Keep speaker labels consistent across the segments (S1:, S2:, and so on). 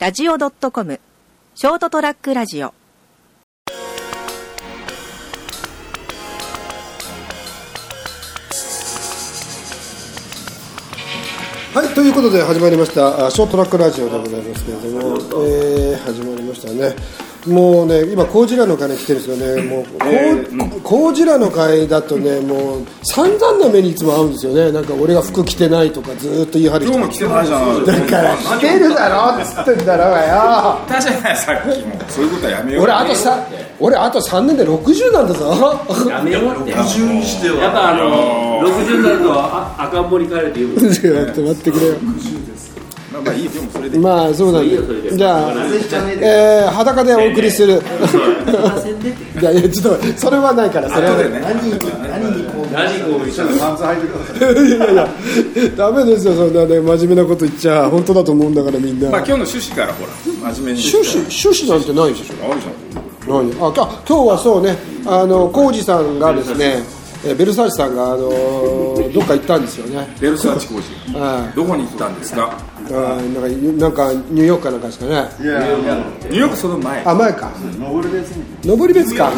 S1: ST-radio.com ショートトラックラジオ
S2: はい、ということで始まりましたあショートラックラジオでございますけれども、えー始まりましたねもうね今工事らの会に来てるんですよねもう、こう工事らの会だとねもう散々な目にいつも合うんですよねなんか俺が服着てないとかずーっと言い張り
S3: 今日も来てないじゃない
S2: だから着てるだろっつってんだろうがよ
S3: たじゃないさっきもそういうことはやめよう
S2: 俺あとさ俺あと3年で60なんだ ぞ
S4: やめようってやっ
S3: 中にしては
S4: ぱあの60になるとあ赤ん坊に帰るって言うもん
S2: ちょっと待ってくれよ
S3: まあまあいいよでもそれで
S2: まあそうなん
S4: いいよそれ
S2: だ
S4: で
S2: じゃあ、えー、裸でお送りするい やいやちょっと待ってそれはないからそれは
S3: 後
S2: ない
S3: でね
S4: ラジコを一緒に
S3: パンツ履いてください
S2: いやいや、ダメですよ、そんなね、真面目なこと言っちゃ、本当だと思うんだから、みんな。
S3: まあ今日の趣旨からほら真面目に
S2: 趣旨、趣旨なんてないでしょ。
S3: あるじゃ
S2: 何あ、きゃ今日はそうね、あの、浩二さんがですね、えベルサーチさんが、あのーどっか行ったんですよね。
S3: んベルサーチ工事
S2: は
S3: どこに行ったんですか
S2: い、あーなんか、なんか、ニューヨークかなんかですかね。
S3: ニューヨークその前
S2: あ、前か。登り別か。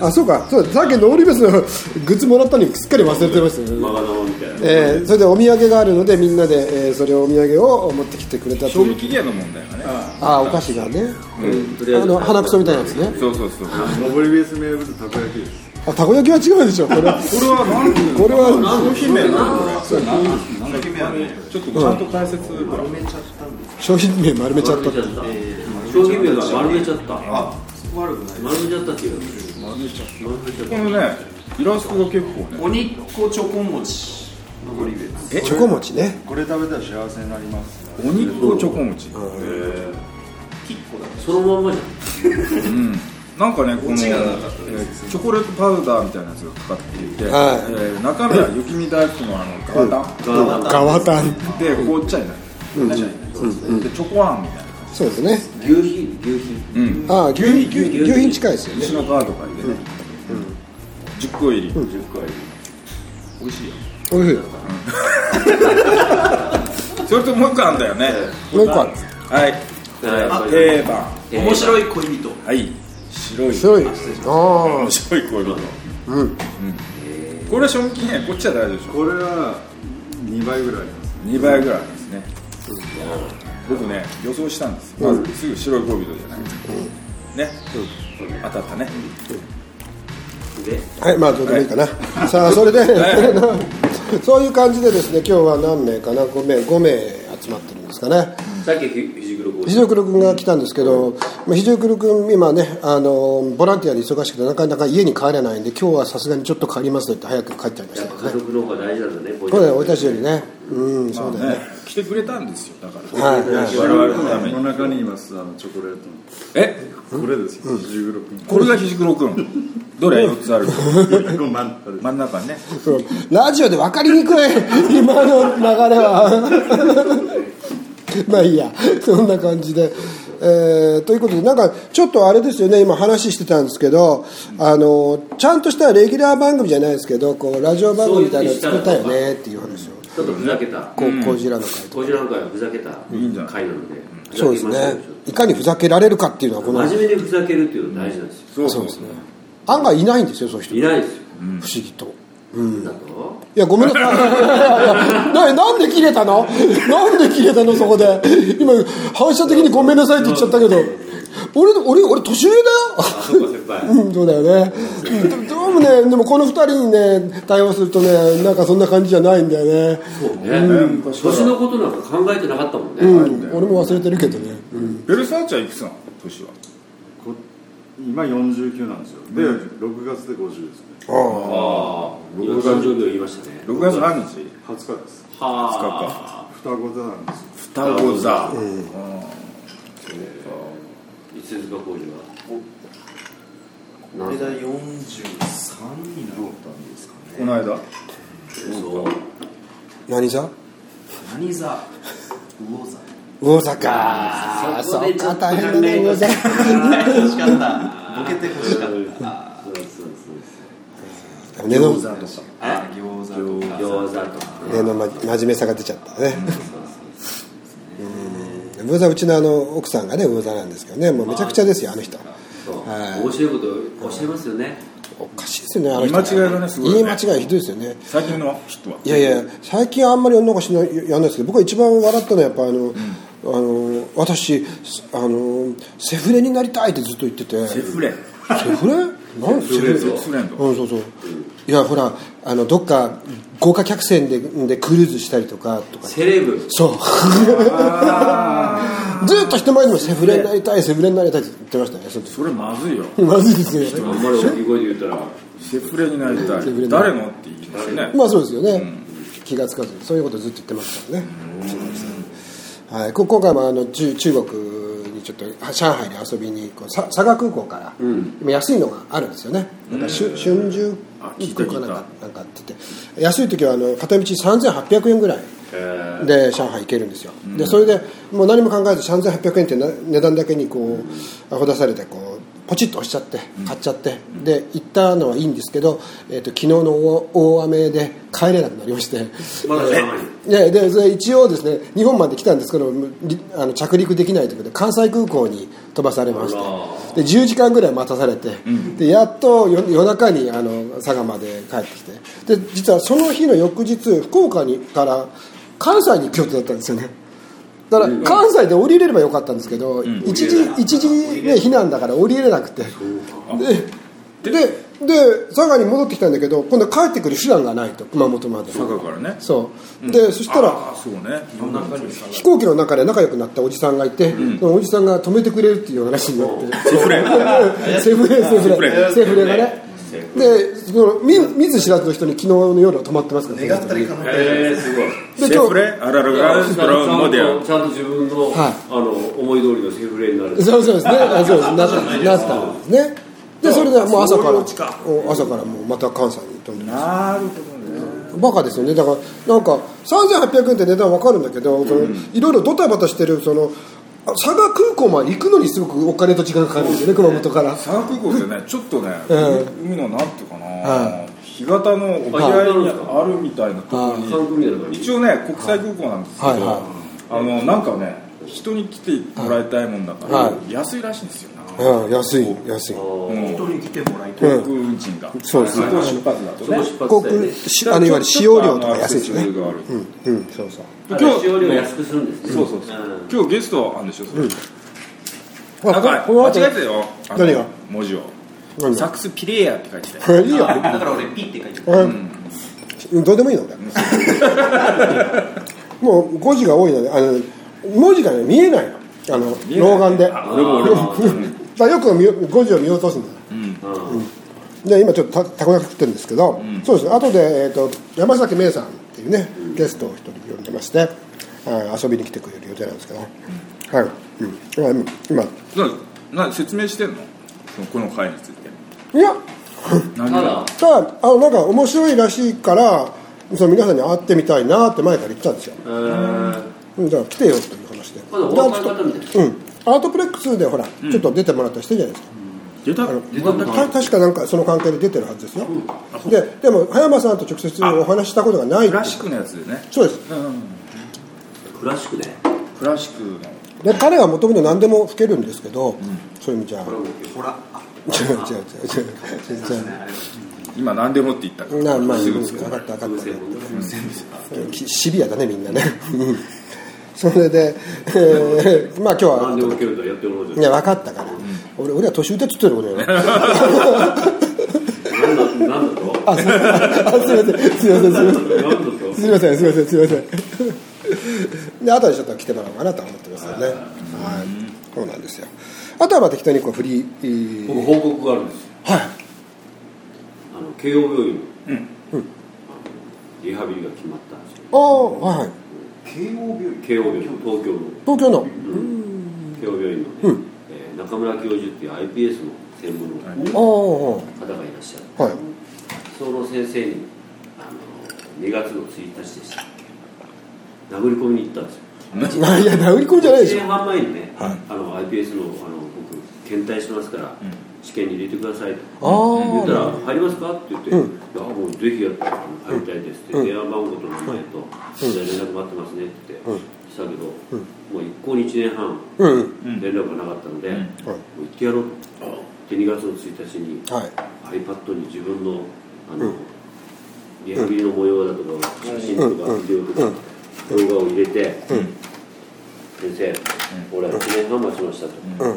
S2: あ、そうか、そう、さっき登り別の グッズもらったのに、すっかり忘れてましたよね。
S4: マガのみたいな
S2: えーそれでお土産があるのでみんなで、えーそれをお土産を持ってきてくれたと
S3: 賞
S2: い
S3: 味
S2: う
S3: 期限の問題がね
S2: あーお菓子がね
S4: とりあえ
S2: あ
S4: ず
S2: の鼻くそみたいなやつね
S3: そうそうそうこ
S5: 登りベース名物たこ焼きです
S2: あたこ焼きは違うでしょこれは
S3: れは何ていうの
S2: これは
S3: 商品名なのこれちょっとちゃんと解説ほら
S2: 商品名丸めちゃったっていう
S4: 商品名が丸めちゃった丸めちゃったっていう丸めちゃっ
S3: このねイラストが結構ね
S6: お肉チョコ餅登り別
S2: チョコ餅ね
S5: これ食べたら幸せになります
S3: お肉チョコ餅
S4: たそのまんまじ
S3: なんかねこのチョコレートパウダーみたいなやつがかかっていて、
S2: はい
S3: えー中身は雪見大福のあのガタ
S4: ゃんガー
S2: ガワタン
S3: で紅茶になる、でチョコあんみたいな
S2: そうですね
S4: 牛皮牛皮
S2: あー牛牛牛品近いですよね
S3: 牛の皮とか入れてね、10個入り、10個入り美味しいよ
S2: おいしい
S3: それともう一個あんだよね、
S2: もう一個ある
S3: はい
S4: あ
S3: 定番
S6: 面白い恋人
S3: はい白い
S2: 白いああ
S3: 面白い恋人うん、うん、これは賞味期限こっちは大丈夫でしょ
S5: これは2倍ぐらいあります
S3: 2倍ぐらいですね、僕ね予想したんですよ、まずすぐ白い恋人じゃない、ね、当たったね、
S2: はいまあどうでもいいかなさあそれで そういう感じでですね今日は何名かな5名5名集まってるんですかね
S4: さっき肘黒帽
S2: ひじおくろくんが来たんですけど、まあ、ひじおくろくん今ねあのボランティアで忙しくてなかなか家に帰れないんで今日はさすがにちょっと帰りますねって早く帰っちゃいましたけどね
S4: 家族の方が大事なんだねこ
S2: そうだね俺たちよりねうんそうだよ
S3: ね、来てくれたんですよだから、
S2: はいはい
S3: 我々のため
S5: こ
S3: に
S5: の中にいますあのチョコレート
S3: え
S5: のこれですよ十六君
S3: これが肘黒くんどれ4つある
S5: これ真ん中です
S3: 真ん中ね
S2: そうラジオで分かりにくい今の流れは まあいいやそんな感じで、えーということでなんかちょっとあれですよね今話してたんですけどあのちゃんとしたレギュラー番組じゃないですけどこうラジオ番組みたいなの作ったよねっていう話を
S4: ちょっとふざけた
S2: こうこじらの会とか
S4: こちらの会はふざけた会なのでふざ
S2: そう
S4: けま
S2: で
S4: し
S2: す
S4: ょ
S2: ねいかにふざけられるかっていうのはこの
S4: 真面目にふざけるっていうのは大事なんですよ
S3: そうそうそう
S2: 案外いないんですよそういう人
S4: いないですよ
S2: 不思議と
S4: だと
S2: いやごめんなさいい やななんで切れたのなんで切れたのそこで今反射的にごめんなさいって言っちゃったけど俺俺俺年上だよ
S4: あそっか先輩
S2: うんそうだよねうんどどうもねでもこの二人にね対応するとねなんかそんな感じじゃないんだよね
S4: そうね年のことなんか考えてなかったもんね
S2: うん俺も忘れてるけどね、うん
S3: ベルサーチはいくつなの年は
S5: こ今49なんですよで6月で50ですね
S2: ああ
S4: ああ今誕生日を言いましたね
S3: 6月何日
S5: 20日です
S4: はあ
S5: 双子座なんですよ
S3: 双子座
S4: いつですか工事は
S6: これが43になったんですか
S3: この間
S4: そう
S2: 何座
S6: 何座魚座
S2: 魚座か
S4: そこでちょっと考
S2: 大
S4: え
S2: 変だね魚座
S6: 欲しかったボケて欲しかった
S4: そうそうそう
S2: 目の
S6: あ餃子とか
S4: 餃子とか
S2: 目のま真面目さが出ちゃったね魚座うちのあの奥さんがね魚座なんですけどねもうめちゃくちゃですよあの人
S4: そう
S2: はい
S4: 面白いことおっしゃいますよね
S2: おかしいですよねあの人
S3: 言い間違いがねすごいよね
S2: 言い間違いひどいですよね
S3: 最近のヒットはい
S2: やいや最近あんまり女がしないやんないですけど僕が一番笑ったのはやっぱあの、あの私あのセフレになりたいってずっと言ってて
S3: セフレ
S2: セフレなんセフレ
S3: セフレンド
S2: うん、そうそういやほらあのどっか豪華客船ででクルーズしたりとかとか
S4: セレブ
S2: そうずっと人前でもセフレになりたいセフレになりたいって言ってましたねその時
S3: それまずいよ
S2: まずいですね
S4: あんまり大きい声で言ったら
S3: セフレになりた
S2: セフレ
S3: い
S2: になりたい
S3: 誰のって言いますよね
S2: まあそうですよね、気がつかずそういうことずっと言ってますからね、はい、こ今回もあの中中国にちょっとは上海に遊びにこうさ佐賀空港から、今安いのがあるんですよねなんか春春秋
S3: あ聞いた
S2: 空港かなん
S3: 聞
S2: か
S3: い
S2: なんかって言って安い時はあの片道3800円ぐらいで上海行けるんですよ、でそれでもう何も考えず3800円ってな値段だけにこう、あほだされてこうポチッと押しちゃって買っちゃって、で行ったのはいいんですけど、えー、と昨日の大大雨で帰れなくなりまして
S4: まだ上海に
S2: ででそれ一応ですね日本まで来たんですけどりあの着陸できないということで関西空港に飛ばされまして
S4: あ
S2: で10時間ぐらい待たされて、でやっと夜夜中にあの佐賀まで帰ってきてで実はその日の翌日福岡にから関西に行く予定だったんですよねだから関西で降りれればよかったんですけど、一時一時、ね、避難だから降りれなくてででで佐賀に戻ってきたんだけど今度帰ってくる手段がないと熊本まで
S3: 佐賀からね
S2: そうで、そしたら
S3: あーそうね
S2: 飛行機の中で仲良くなったおじさんがいて、そのおじさんが止めてくれるっていう話になってセフレ セフレセフレセフレがねでその見見ず知らずの人に昨日の夜は泊まってますから
S6: 願ったりかなったり
S4: えー、すごい
S2: で
S3: セ
S2: 今
S3: フ
S2: 日
S3: レアラルガーストロンモデア
S4: ちゃんと自分の,、
S2: はい
S4: あの思い通りのセフレになる
S2: そうそうですねあそうですななったんですねでそれでもう朝からお朝からもうまた関西に飛んで
S3: なるほどね
S2: バカですよねだからなんか3800円って値段わかるんだけど、そのいろいろドタバタしてるそのあ佐賀空港まで行くのにすごくお金と時間かかるんですよね熊本から
S3: 佐賀空港ってねちょっとね
S2: う
S3: 海のなんていうかな
S2: は
S3: 干潟の沖合にあるみたいなとこ
S4: 韓
S3: に
S4: 国みたいな感じ
S3: 一応ね国際空港なんですけ
S2: はい
S3: ど
S2: は
S3: あのなんかね人に来てもらいたいもんだか
S2: は
S3: ら安いらしいんですよな
S2: うん、安い安い
S3: うん
S6: 人に来てもらいたい
S3: 航空運賃が
S2: そうですね
S3: 空港出発だと
S4: そこ
S3: ね
S4: 出
S2: 航
S4: 発点
S2: 空
S4: で
S2: しあのいわゆる使用料とか安いですよ
S3: ちょっ
S2: ね
S3: とあのアクセス
S2: う
S3: がある
S2: んうんそうそう
S4: あと使用料を安くするんですね
S3: そうそうそう今日ゲストあるんでしょそれ
S2: あ
S3: なんか
S2: この後
S3: 間違えたよあの
S2: 何が
S3: 文字を
S2: 何
S3: サ
S2: が
S3: ックスピレイヤーって書いてたよ
S2: これ いいよ
S6: だから俺ピって書いてる
S2: うんどうでもいいの俺 もう誤字が多いのであの文字がね見えないのあの
S3: 見えない
S2: 老眼で
S3: あ俺も俺もうん
S2: だからよく見よ誤字を見落とすんだよで今ちょっとたたこ焼き食ってるんですけど、そうですね後で、えー、と山崎芽さんっていうねゲストを一人呼んでまして、はい遊びに来てくれる予定なんですけど、はい、うんうん、今
S3: なな説明してんのそのこの回について
S2: いや
S3: 何が
S4: ただ
S2: ただあのなんか面白いらしいからその皆さんに会ってみたいなって前から言ってたんですよ
S4: えー
S2: うんだから来てよという話で
S4: まだお若い方みたいな
S2: うん、アートプレックスでほら、ちょっと出てもらったりしてるじゃないですか
S3: 出た
S2: あの
S3: 出
S4: たのかな
S2: た確かなんかその関係で出てるはずですよ、ででも葉山さんと直接お話ししたことがない
S3: クラシックのやつでね
S2: そうです
S4: クラシックで
S3: クラシックの
S2: で彼はもともと何でも吹けるんですけど、そういう意味じゃ 違う
S6: ほらあ
S2: 違う違う違う
S3: 今何でもって言ったか
S2: 違うな
S3: ら
S2: まあいい
S3: すぐ
S2: 分
S3: 使う
S2: かった分か
S4: 無
S2: っ
S4: 線もね
S2: た、きシビアだねみんなねうんそれで、えーまあ今日は
S4: 何でも受けるとやってもらおうじ
S2: い
S4: ゃ
S2: や分かったから、俺俺は年上だっつってる俺よ
S4: んなんだなんだと
S2: あすいませんあすいませんすいませんすいません
S4: なんだと
S2: すみませんすみませんすみません で後でちょっと来てもらおうかなと思ってますよねはいそうなんですよあとはまあ適当にこう振りえ
S4: 僕
S2: ー
S4: 報告があるんですよ
S2: はい
S4: あの慶応病院のリハビリが決まったんですよ
S2: ああはい
S6: 慶応病院
S4: 慶応病院東京の
S2: 東京の
S4: 慶応病院のね、えー中村教授っていう iPS の専門の方
S2: ああ
S4: がいらっしゃる
S2: はい
S4: その先生にあの2月の1日でした殴り込みに行ったんですよ
S2: まあいや殴り込みじゃないで
S4: 1
S2: しょ
S4: 年半前にね、
S2: はい
S4: あの iPS のあの僕検体してますから、試験に入れてくださいと
S2: あー
S4: 言ったら「入りますか?」って言って「
S2: うん
S4: いやもうぜひやっ入りたいです」って、電話番号と名前と、じゃあ連絡待ってますねって言って、したけど、もう一向に1年半
S2: うんうん
S3: うん
S4: 連絡がなかったので、
S3: うん
S4: もう行ってやろうと思って2月の1日に
S2: はい
S4: iPad に自分のあの、リハビリの模様だとか写真とかビデオとか動画を入れて、先生、俺は1年半待ちましたと。
S2: うん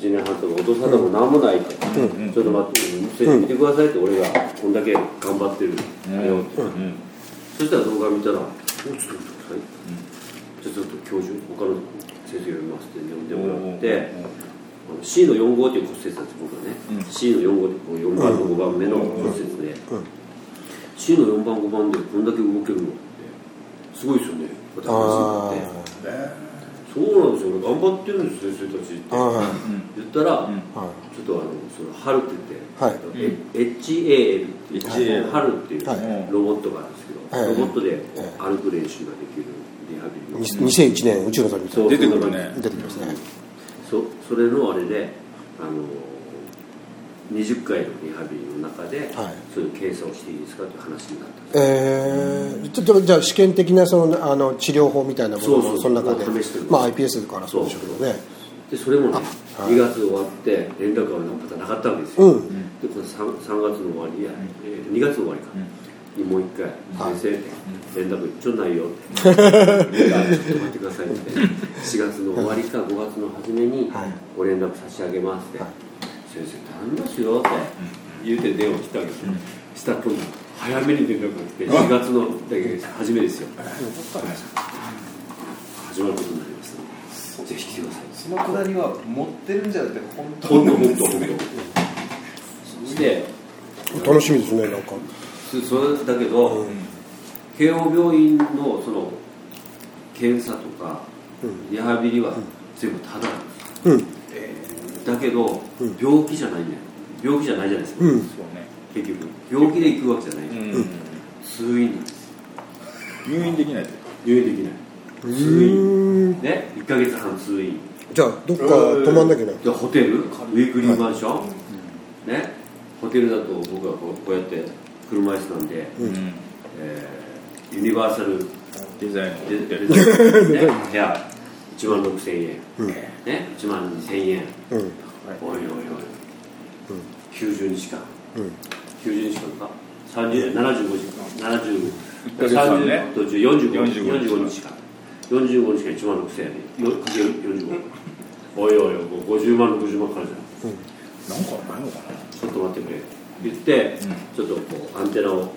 S4: 1年半とか落とさでもなんもないと、ちょっと待って先生見てくださいって俺がこんだけ頑張ってるのよって、そしたら動画見たら「おちょっと待ってください」じゃあちょっと教授他の先生呼びますって呼んでもらって、あの C の4号っていう骨折だって僕はね、C の4号ってこう4番と5番目の骨折で、C の4番5番でこんだけ動けるのってすごいですよね私
S2: あ
S4: にとってそうなんですよ俺頑張ってるんです先生たちって
S2: あは
S4: 言ったら、
S2: いは
S4: ちょっとあのそのハルって
S2: はい
S4: 言って、え HAL っていう
S3: HAL
S4: ハルっていう
S2: は
S4: ロボットがあるんですけど、
S2: はい
S4: ロボットで
S2: ええ
S4: 歩く練習ができるリハビ
S2: い
S4: リの
S2: に2001年宇宙の旅みたいな
S3: 出てくるね
S2: 出てきますね
S4: そそれのあれであの20回のリハビリの中で、
S2: はい
S4: そういう検査をしていいですかという話になったんです
S2: えー、ちょっとじゃあ試験的なそのあの治療法みたいなもの
S4: そう
S2: も
S4: そう
S2: その中で
S4: もう試してる
S2: まあ IPS とからそうでしょうけどね
S4: でそれもね、
S2: あはい
S4: 2月終わって連絡がまたなかったわけですよ、
S2: うん
S4: でこの 3, 3月の終わりや、えー、2月の終わりか、にもう一回
S2: はい
S4: 「先生連絡一丁ないよ」 って「ちょっと待ってください」って4月の終わりか5月の初めに
S2: はい
S4: ご連絡差し上げますって
S2: はい
S4: 「先生頼みますよ」って言うて電話来たわけですよしたら今度早めに連絡が来て4月の初めですよ始まることになりますのでぜひ来てください
S6: そのくだりは持ってるんじゃなくて本当
S4: 本当本当本当そして
S2: 楽しみですねなんか
S4: そそれだけど、慶応病院のその検査とかリハビリは全部ただなんです
S2: うん
S4: だけど、
S2: ん
S4: 病気じゃないんだよ病気じゃないじゃないですか、
S2: うん
S3: そうね
S4: 結局病気で行くわけじゃない、通院なんです
S3: 入院できないと
S4: 入院できないう通院
S2: ーん
S4: ね1か月半通院
S2: じゃあどっか泊まんなきゃいけない
S4: でホテルウィークリーマンション、ねホテルだと僕はこうこうやって車椅子なんで、えーユニバーサル
S3: デザイン
S4: で
S3: で
S4: でね、部屋1万6000円、ね、1万2000円、
S2: うん
S4: おいおいおい、90日間、
S2: うん
S4: 90日間か30 75時間70
S3: 30ね
S4: 30と10 45日間
S3: 45
S4: 45日間45日間1万6000円よかける45おいおいおいもう50万60万からじゃん
S3: なんかないのかな
S4: ちょっと待ってくれ言って、ちょっとこうアンテナを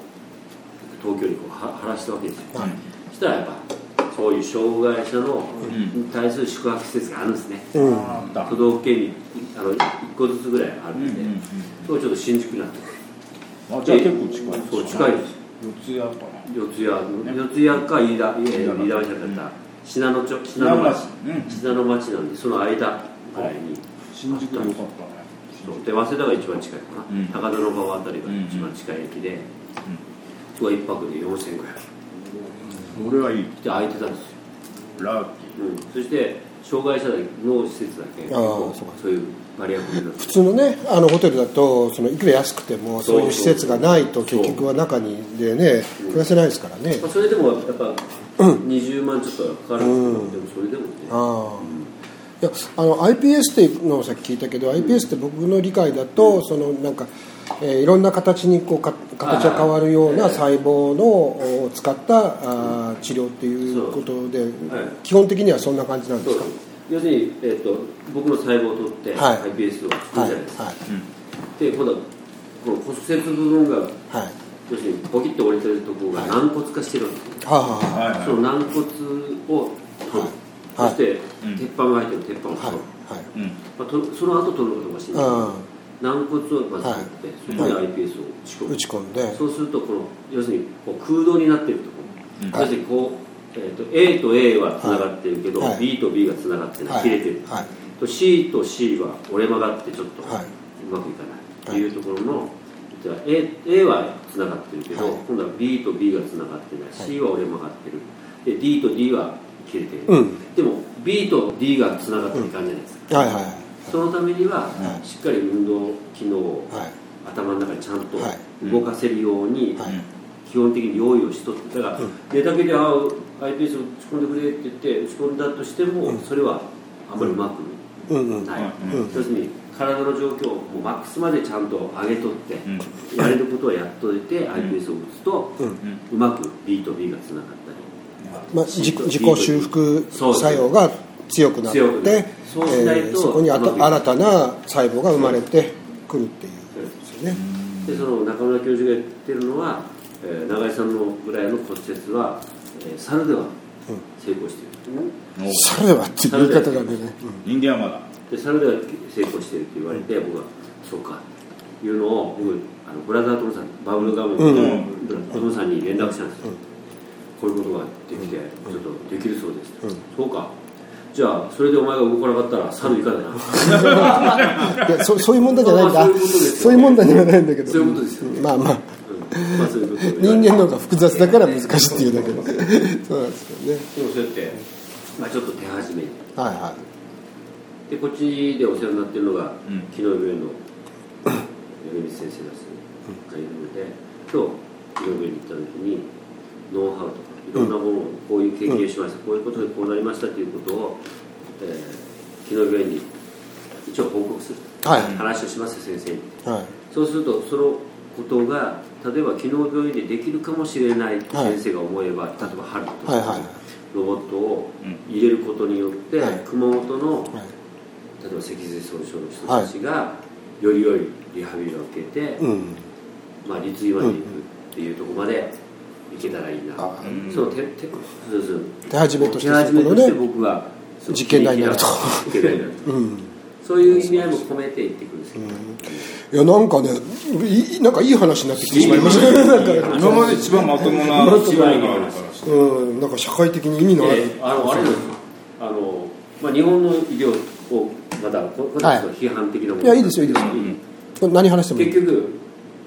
S4: 東京にこうは張らしたわけですよ、そしたらやっぱそういう障害者の、に対する宿泊施設があるんですね、
S2: うん
S3: あんだ
S4: 都道府県にあの1個ずつぐらいあるんで、
S3: うんうんうん
S4: そこちょっと新宿になってます
S3: あじゃあ結構近いですね
S4: そう近いです
S3: 四つ谷かな
S4: 四谷の四谷か飯田飯田
S3: 飯田
S4: 飯田橋だったら信濃町信
S3: 信濃
S4: 濃町
S3: 町うん
S4: 信濃町なんでその間ぐらいに、
S3: 新宿は良かったね
S4: そうで早稲田が一番近いかな、
S3: うん
S4: 高田馬場あたりが一番近い駅で、そこは1泊で4500
S3: 俺はいい
S4: 円で空いてたんですよ、
S3: ラッ
S4: うんそして障害者の施設だけ
S2: ああ
S4: こ
S2: そうか
S4: そういうバリアフリーな
S2: 普通のねあのホテルだとそのいくら安くてもそういう施設がないと結局は中にでね暮らせないですからね
S4: まあ、それでもやっぱ20万ちょっとはかかるんですけど、でもそれでもね
S2: ああいやあの iPS っていうのをさっき聞いたけど iPS って僕の理解だと、そのなんか、えーいろんな形にこうか形が変わるような細胞のを使ったあー治療っていうことで、基本的にはそんな感じなんで
S4: そ
S2: す
S4: う
S2: か
S4: 要するに、えっと僕の細胞を取って、
S2: はい
S4: iPS を作る
S2: はい
S4: じゃ
S2: は
S4: ないですか、
S2: い
S4: で今度はこの骨折部分が
S2: はい
S4: 要するにポキッと折れてるところが軟骨化してるんですよ、
S2: はあは
S3: はい
S4: その軟骨を取る、
S2: はい
S4: そして、
S3: うん
S4: 鉄板が入ってる鉄板を
S2: あは
S4: 取
S2: い
S4: る、
S2: はい
S3: うん
S4: まあ、とその後取ることがおかしいんですけど
S2: あ
S4: 軟骨をまず取って、そこに iPS を打ち込
S2: ー
S4: む、
S2: 打ち込んで
S4: そうするとこの要するにこう空洞になってるとこ
S2: は
S4: ろ、
S2: い
S4: 要するにこう、えー、と A と A はつながってるけど、
S2: はい
S4: B と B がつながってない、
S2: はい
S4: 切れてる、
S2: はい
S4: と C と C は折れ曲がってちょっとう
S2: はい
S4: まくいかないというところの、じゃあ A, A はつながってるけど、
S2: はい
S4: 今度は B と B がつながってない、C は折れ曲がってるで D と D は切れてる、
S2: うん
S4: でも B と D がつながっていかんじゃないですか、
S2: はいはいはい
S4: そのためには、
S2: はい
S4: しっかり運動機能を
S2: はい
S4: 頭の中にちゃんと
S2: はい
S4: 動かせるように、
S2: はい
S4: 基本的に用意をしとってだから寝たきりでああ iPS を打ち込んでくれって言って打ち込んだとしてもそれはあまりうまく
S2: うんうん
S4: ない、
S3: うん
S4: 要するに体の状況をもうマックスまでちゃんと上げとって、
S3: うん
S4: やれることはやっといて iPS を打つと、うまく B と B がつながったり。
S2: まあ、自己自己修復作用が強くなって
S4: 強くなるそうしないと
S2: えーそこにあ
S4: うまくい
S2: と
S4: かな
S2: 新
S4: い
S2: たな細胞が生まれてくるっていうことですよね、
S4: でその中村教授が言ってるのは、えー永井さんのぐらいの骨折は、えー猿では成功している、
S3: おう
S2: それはっていう言い方がね、
S3: 人間はまだ
S4: で猿では成功しているって言われて、僕はそうかっていうのを僕あのブラザートムさんバブルガムの、トムさんに連絡したんですよ、こういうことができてちょっとできるそうです、そうかじゃあそれでお前が動かなかったら猿いか ないな
S2: いやそそういう問題じゃないんだ
S4: まあ そういうことですよ
S2: そ
S4: ね
S2: ういう問題じゃないんだけど
S4: そういうことですよね
S2: まあまあ
S4: うんまあそういうことで
S2: 人間の方が複雑だから難しいっていうだけでそうなんですけどね
S4: でもそうやって、まあ、ちょっと手始めに
S2: はいは
S4: でこっちでお世話になってるのが、
S3: うん
S4: 昨日病院の 米光先生ですねがいるので今日昨日病院に行った時にノウハウとかいろんなものをこういう経験しました、こういうことでこうなりましたということを、えー、昨日病院に一応報告する、
S2: はい
S4: 話をします先生に
S2: いはい
S4: そうするとそのことが例えば昨日病院でできるかもしれないって先生が思えば、例えば春とか、
S2: はいはい
S4: ロボットを入れることによって、
S2: はい
S4: 熊本の
S2: はい
S4: 例えば脊髄損傷の人たちがより良いリハビリを受けて、
S2: うん
S4: まあ、立位まで行くっていうところまで行けたらいいな、
S2: あ
S4: その手手そうそう
S2: 手始めとして
S4: 手始めとして
S2: そこのね
S4: 僕はその
S2: 実験台になると
S4: 実験台になると
S2: うん
S4: そういう意味合いも込めて言ってくるんですけど、
S2: いやなんかねいいなんかいい話になってきてしまいましたねなんか
S3: 今まで一番まともな
S4: 一番いい
S3: がある
S4: 話
S3: から
S2: うんなんか社会的に意味のある
S4: であのあれなんですよあの、まあ、日本の医療をまだここれはちょっと批判的なもの、
S2: いやいいですよいいですよ何話してもいい
S4: 結局、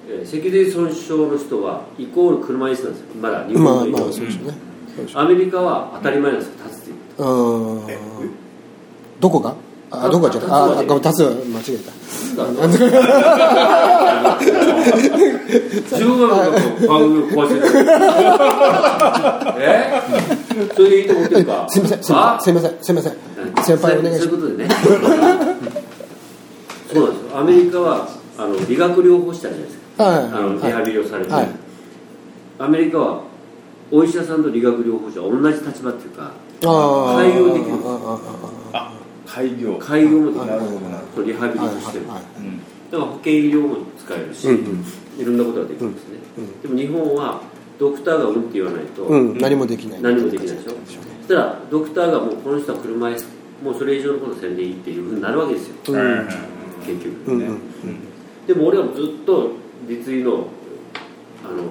S4: えー脊髄損傷の人はイコール車椅子なんですよまだ日本
S2: ま
S4: の
S2: あ
S4: 医療
S2: まあそうですよね、そうでしょ
S4: アメリカは当たり前なんですよ、立つっていう
S2: うーんどこがあどこがじゃないああごめん立つ間違えた
S4: 自分がなんか番組を壊してるえそれでいいと思ってるか
S2: すいませんすい
S4: あ
S2: ませんすいませんすいません
S4: 何
S2: 先輩お願いしま
S4: そうそういうことでねそうなんですよアメリカはあの理学療法士たちじゃないですか、
S2: はい
S4: あの
S2: はい
S4: リハビリをされて、
S2: はい
S4: アメリカはお医者さんと理学療法士は同じ立場っていうか
S2: すあ
S4: 対応できる
S2: る
S3: あ開業
S4: 開業もでき
S3: なるほどなる
S4: るリハビリとしても、
S3: うん
S4: だから保険医療も使えるし、
S2: うん
S4: いろんなことができるんですね、でも日本はドクターがうんって言わないと、
S2: うん何もできない
S4: 何もできないでしょそしたらドクターがもうこの人は車椅子もうそれ以上のことせんでいいっていうふうになるわけですよ、
S3: うんうん
S4: 結局、
S2: うん
S4: ね
S2: うん
S4: でも俺はずっと立位のあの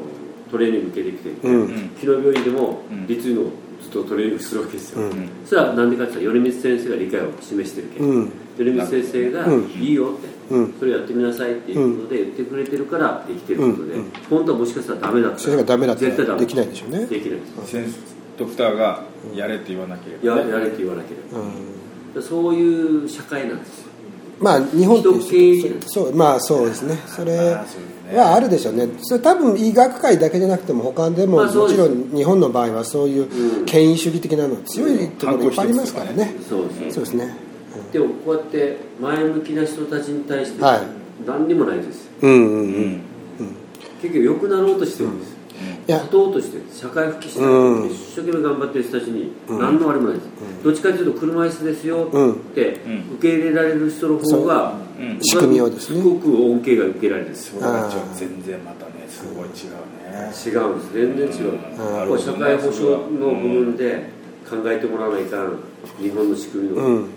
S4: トレーニング受けてきてる
S2: うんう
S3: う
S2: ん
S3: ん
S4: 昨日病院でも
S3: うん
S4: 立位のずっとトレーニングするわけですよ、
S2: うん
S4: それはなんでかって言ったら米光先生が理解を示してるけど、
S2: うん
S4: 米光先生が
S2: うん
S4: 「いいよ」って、
S2: うん
S4: それやってみなさい」っていうことで言ってくれてるからできてることで、
S2: うんうん
S4: 本当はもしかしたらダメだったら
S2: 先生がダメだった
S4: 絶対ダ
S2: ら
S4: メ
S2: できないんでしょうね
S4: できないです
S3: 先生ドクターがやれって言わなけれ
S4: や
S3: ばね
S4: やれって言わなければ、
S2: うん
S4: そういう社会なんですよ
S2: まあ日本って
S4: 人経営
S2: そうまあそうですねそれ
S3: まあそうですね
S2: はあるでしょうねそれ多分医学界だけじゃなくても他で
S4: ま
S2: も
S4: あそ
S2: も
S4: うで
S2: ち
S4: す
S2: ろん日本の場合はそういう
S4: うん
S2: 権威主義的なの強いところいっぱいありますからね
S4: そうですね
S2: そうですね
S4: でもこうやって前向きな人たちに対して
S2: はい
S4: 何にもないですよ、
S2: うんうんう
S3: う
S2: ん
S3: ん
S4: 結局良くなろうとしてるんです、
S2: いや
S4: 立とうとしてる社会復帰したい、
S2: うん
S4: 一生懸命頑張ってる人たちに何のあれもないです、どっちかというと車椅子ですよって
S3: ん
S4: 受け入れられる人の方が、
S3: うん
S2: 仕組みをですね
S4: ごく恩恵が受けられるんです
S3: そ
S4: よ
S3: うだじゃあ全然またねすごい違うね
S4: 違うんです全然違う、こう社会保障の部分で考えてもらわないかん日本の仕組みの、
S2: うん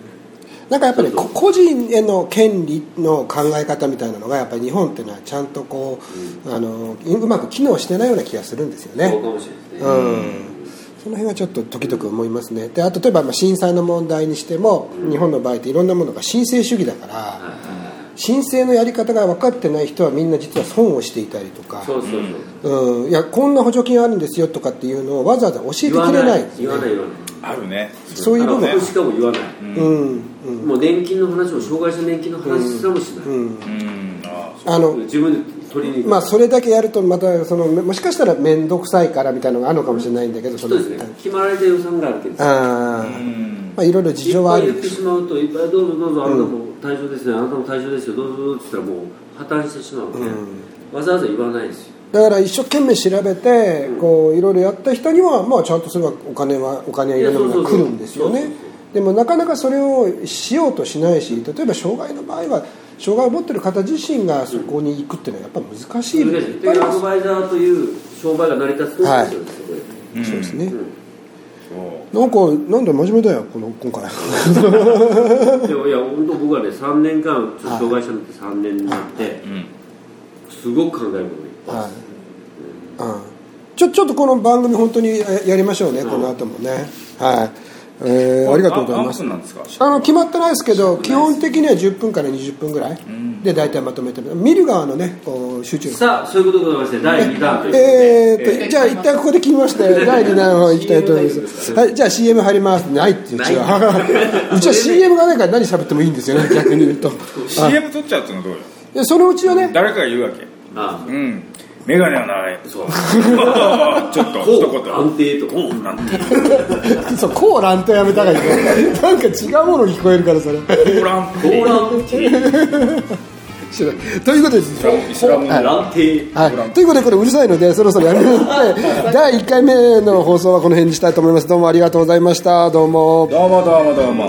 S2: なんかやっぱりこ個人への権利の考え方みたいなのがやっぱり日本っていうのはちゃんとこう、あのうまく機能してないような気がするんですよ
S4: そう
S2: ね。
S4: かもしれないですね、
S2: うんその辺はちょっと時々思いますねであと例えばまあ震災の問題にしても、日本の場合っていろんなものが申請主義だから、申請のやり方が分かってない人はみんな実は損をしていたりとか
S4: そうそうそう、
S2: うん、いやこんな補助金あるんですよとかっていうのをわざわざ教えて
S4: 言
S2: くれ
S4: わ
S2: ない
S4: ない
S2: んです
S4: 言
S2: よ
S4: わ
S2: ね
S4: ない言わない
S3: あるね
S2: そういう部分
S4: あのしかも言わない、
S2: うん
S4: もう年金の話も障害者年金の話すらもしない、
S3: うんああ
S2: あの
S4: 自分で取りに行く、
S2: まあそれだけやるとまたそのもしかしたら面倒くさいからみたいなのがあるのかもしれないんだけどそ
S4: そう
S2: の
S4: ですね決まられた予算があるわけです
S2: あ
S3: う
S2: ー
S3: ん
S2: まあいろいろ事情はあ
S4: いっ
S2: る
S4: ぱい
S2: んで
S4: 言って
S2: しょ
S4: しまうといっぱいどうぞどうぞあなたも対象ですよ、あなたも対象ですよどうぞどうぞって言ったらもう破綻してしまうので、わざわざ言わないですよ
S2: だから一生懸命調べてこういろいろやった人にはまあちゃんとそれはお金はお金はいろんなものが来るんですよ
S4: い
S2: ね
S4: やそうそうそう
S2: でもなかなかそれをしようとしないし例えば障害の場合は障害を持ってる方自身がそこに行くっていうのはやっぱ難しい
S4: そ
S2: 部
S4: れ
S2: 分がいっぱいあ
S4: が絶対
S2: り
S4: ア
S2: ま
S4: ド
S2: す
S4: バイザーという商売が成り立つと
S2: はい
S4: そうですよね、
S3: うん
S2: そうですね
S3: そう
S2: なんかなんだ真面目だよこの今回
S4: でもいや本当僕はね3年間ちょっと障害者になって3年になって、
S3: うん
S4: すごく考えることがいっぱい
S2: はい、うん、ちょちょっとこの番組本当にややりましょうねこの後もねはい、えーありがとうございます
S3: あ何分なんですか
S2: あの決まってないですけど基本的には10分から20分ぐらいで大体まとめて見る側のねこう集中力
S4: さあそういうことでございまして第2弾ということで、
S2: えーっとじゃあ一旦ここで切りま して第2弾をいきたいと思いま
S4: CM です
S2: す、はい、じゃあ CM 入りますないって うちはうちは CM がないから何喋ってもいいんです よね逆に言うと
S3: CM 撮っちゃうってのはどうよ
S2: でそのうちは ね
S3: 誰かが言うわけ
S4: あ
S3: うん眼鏡はない
S4: あそう
S3: ちょっと
S4: こ
S3: 一
S4: う
S3: 言
S4: 安定とこう
S3: なんて
S2: そうコーランとやめたがいいねなんか違うもの聞こえるからそれ
S3: コーラン
S4: こう安定
S2: 知らんということです
S3: イスラム
S2: はい
S4: 安定
S2: はい、ということでこれうるさいのでそろそろやめます 第1回目の放送はこの辺にしたいと思いますどうもありがとうございましたどうも
S3: どうもどうもどうも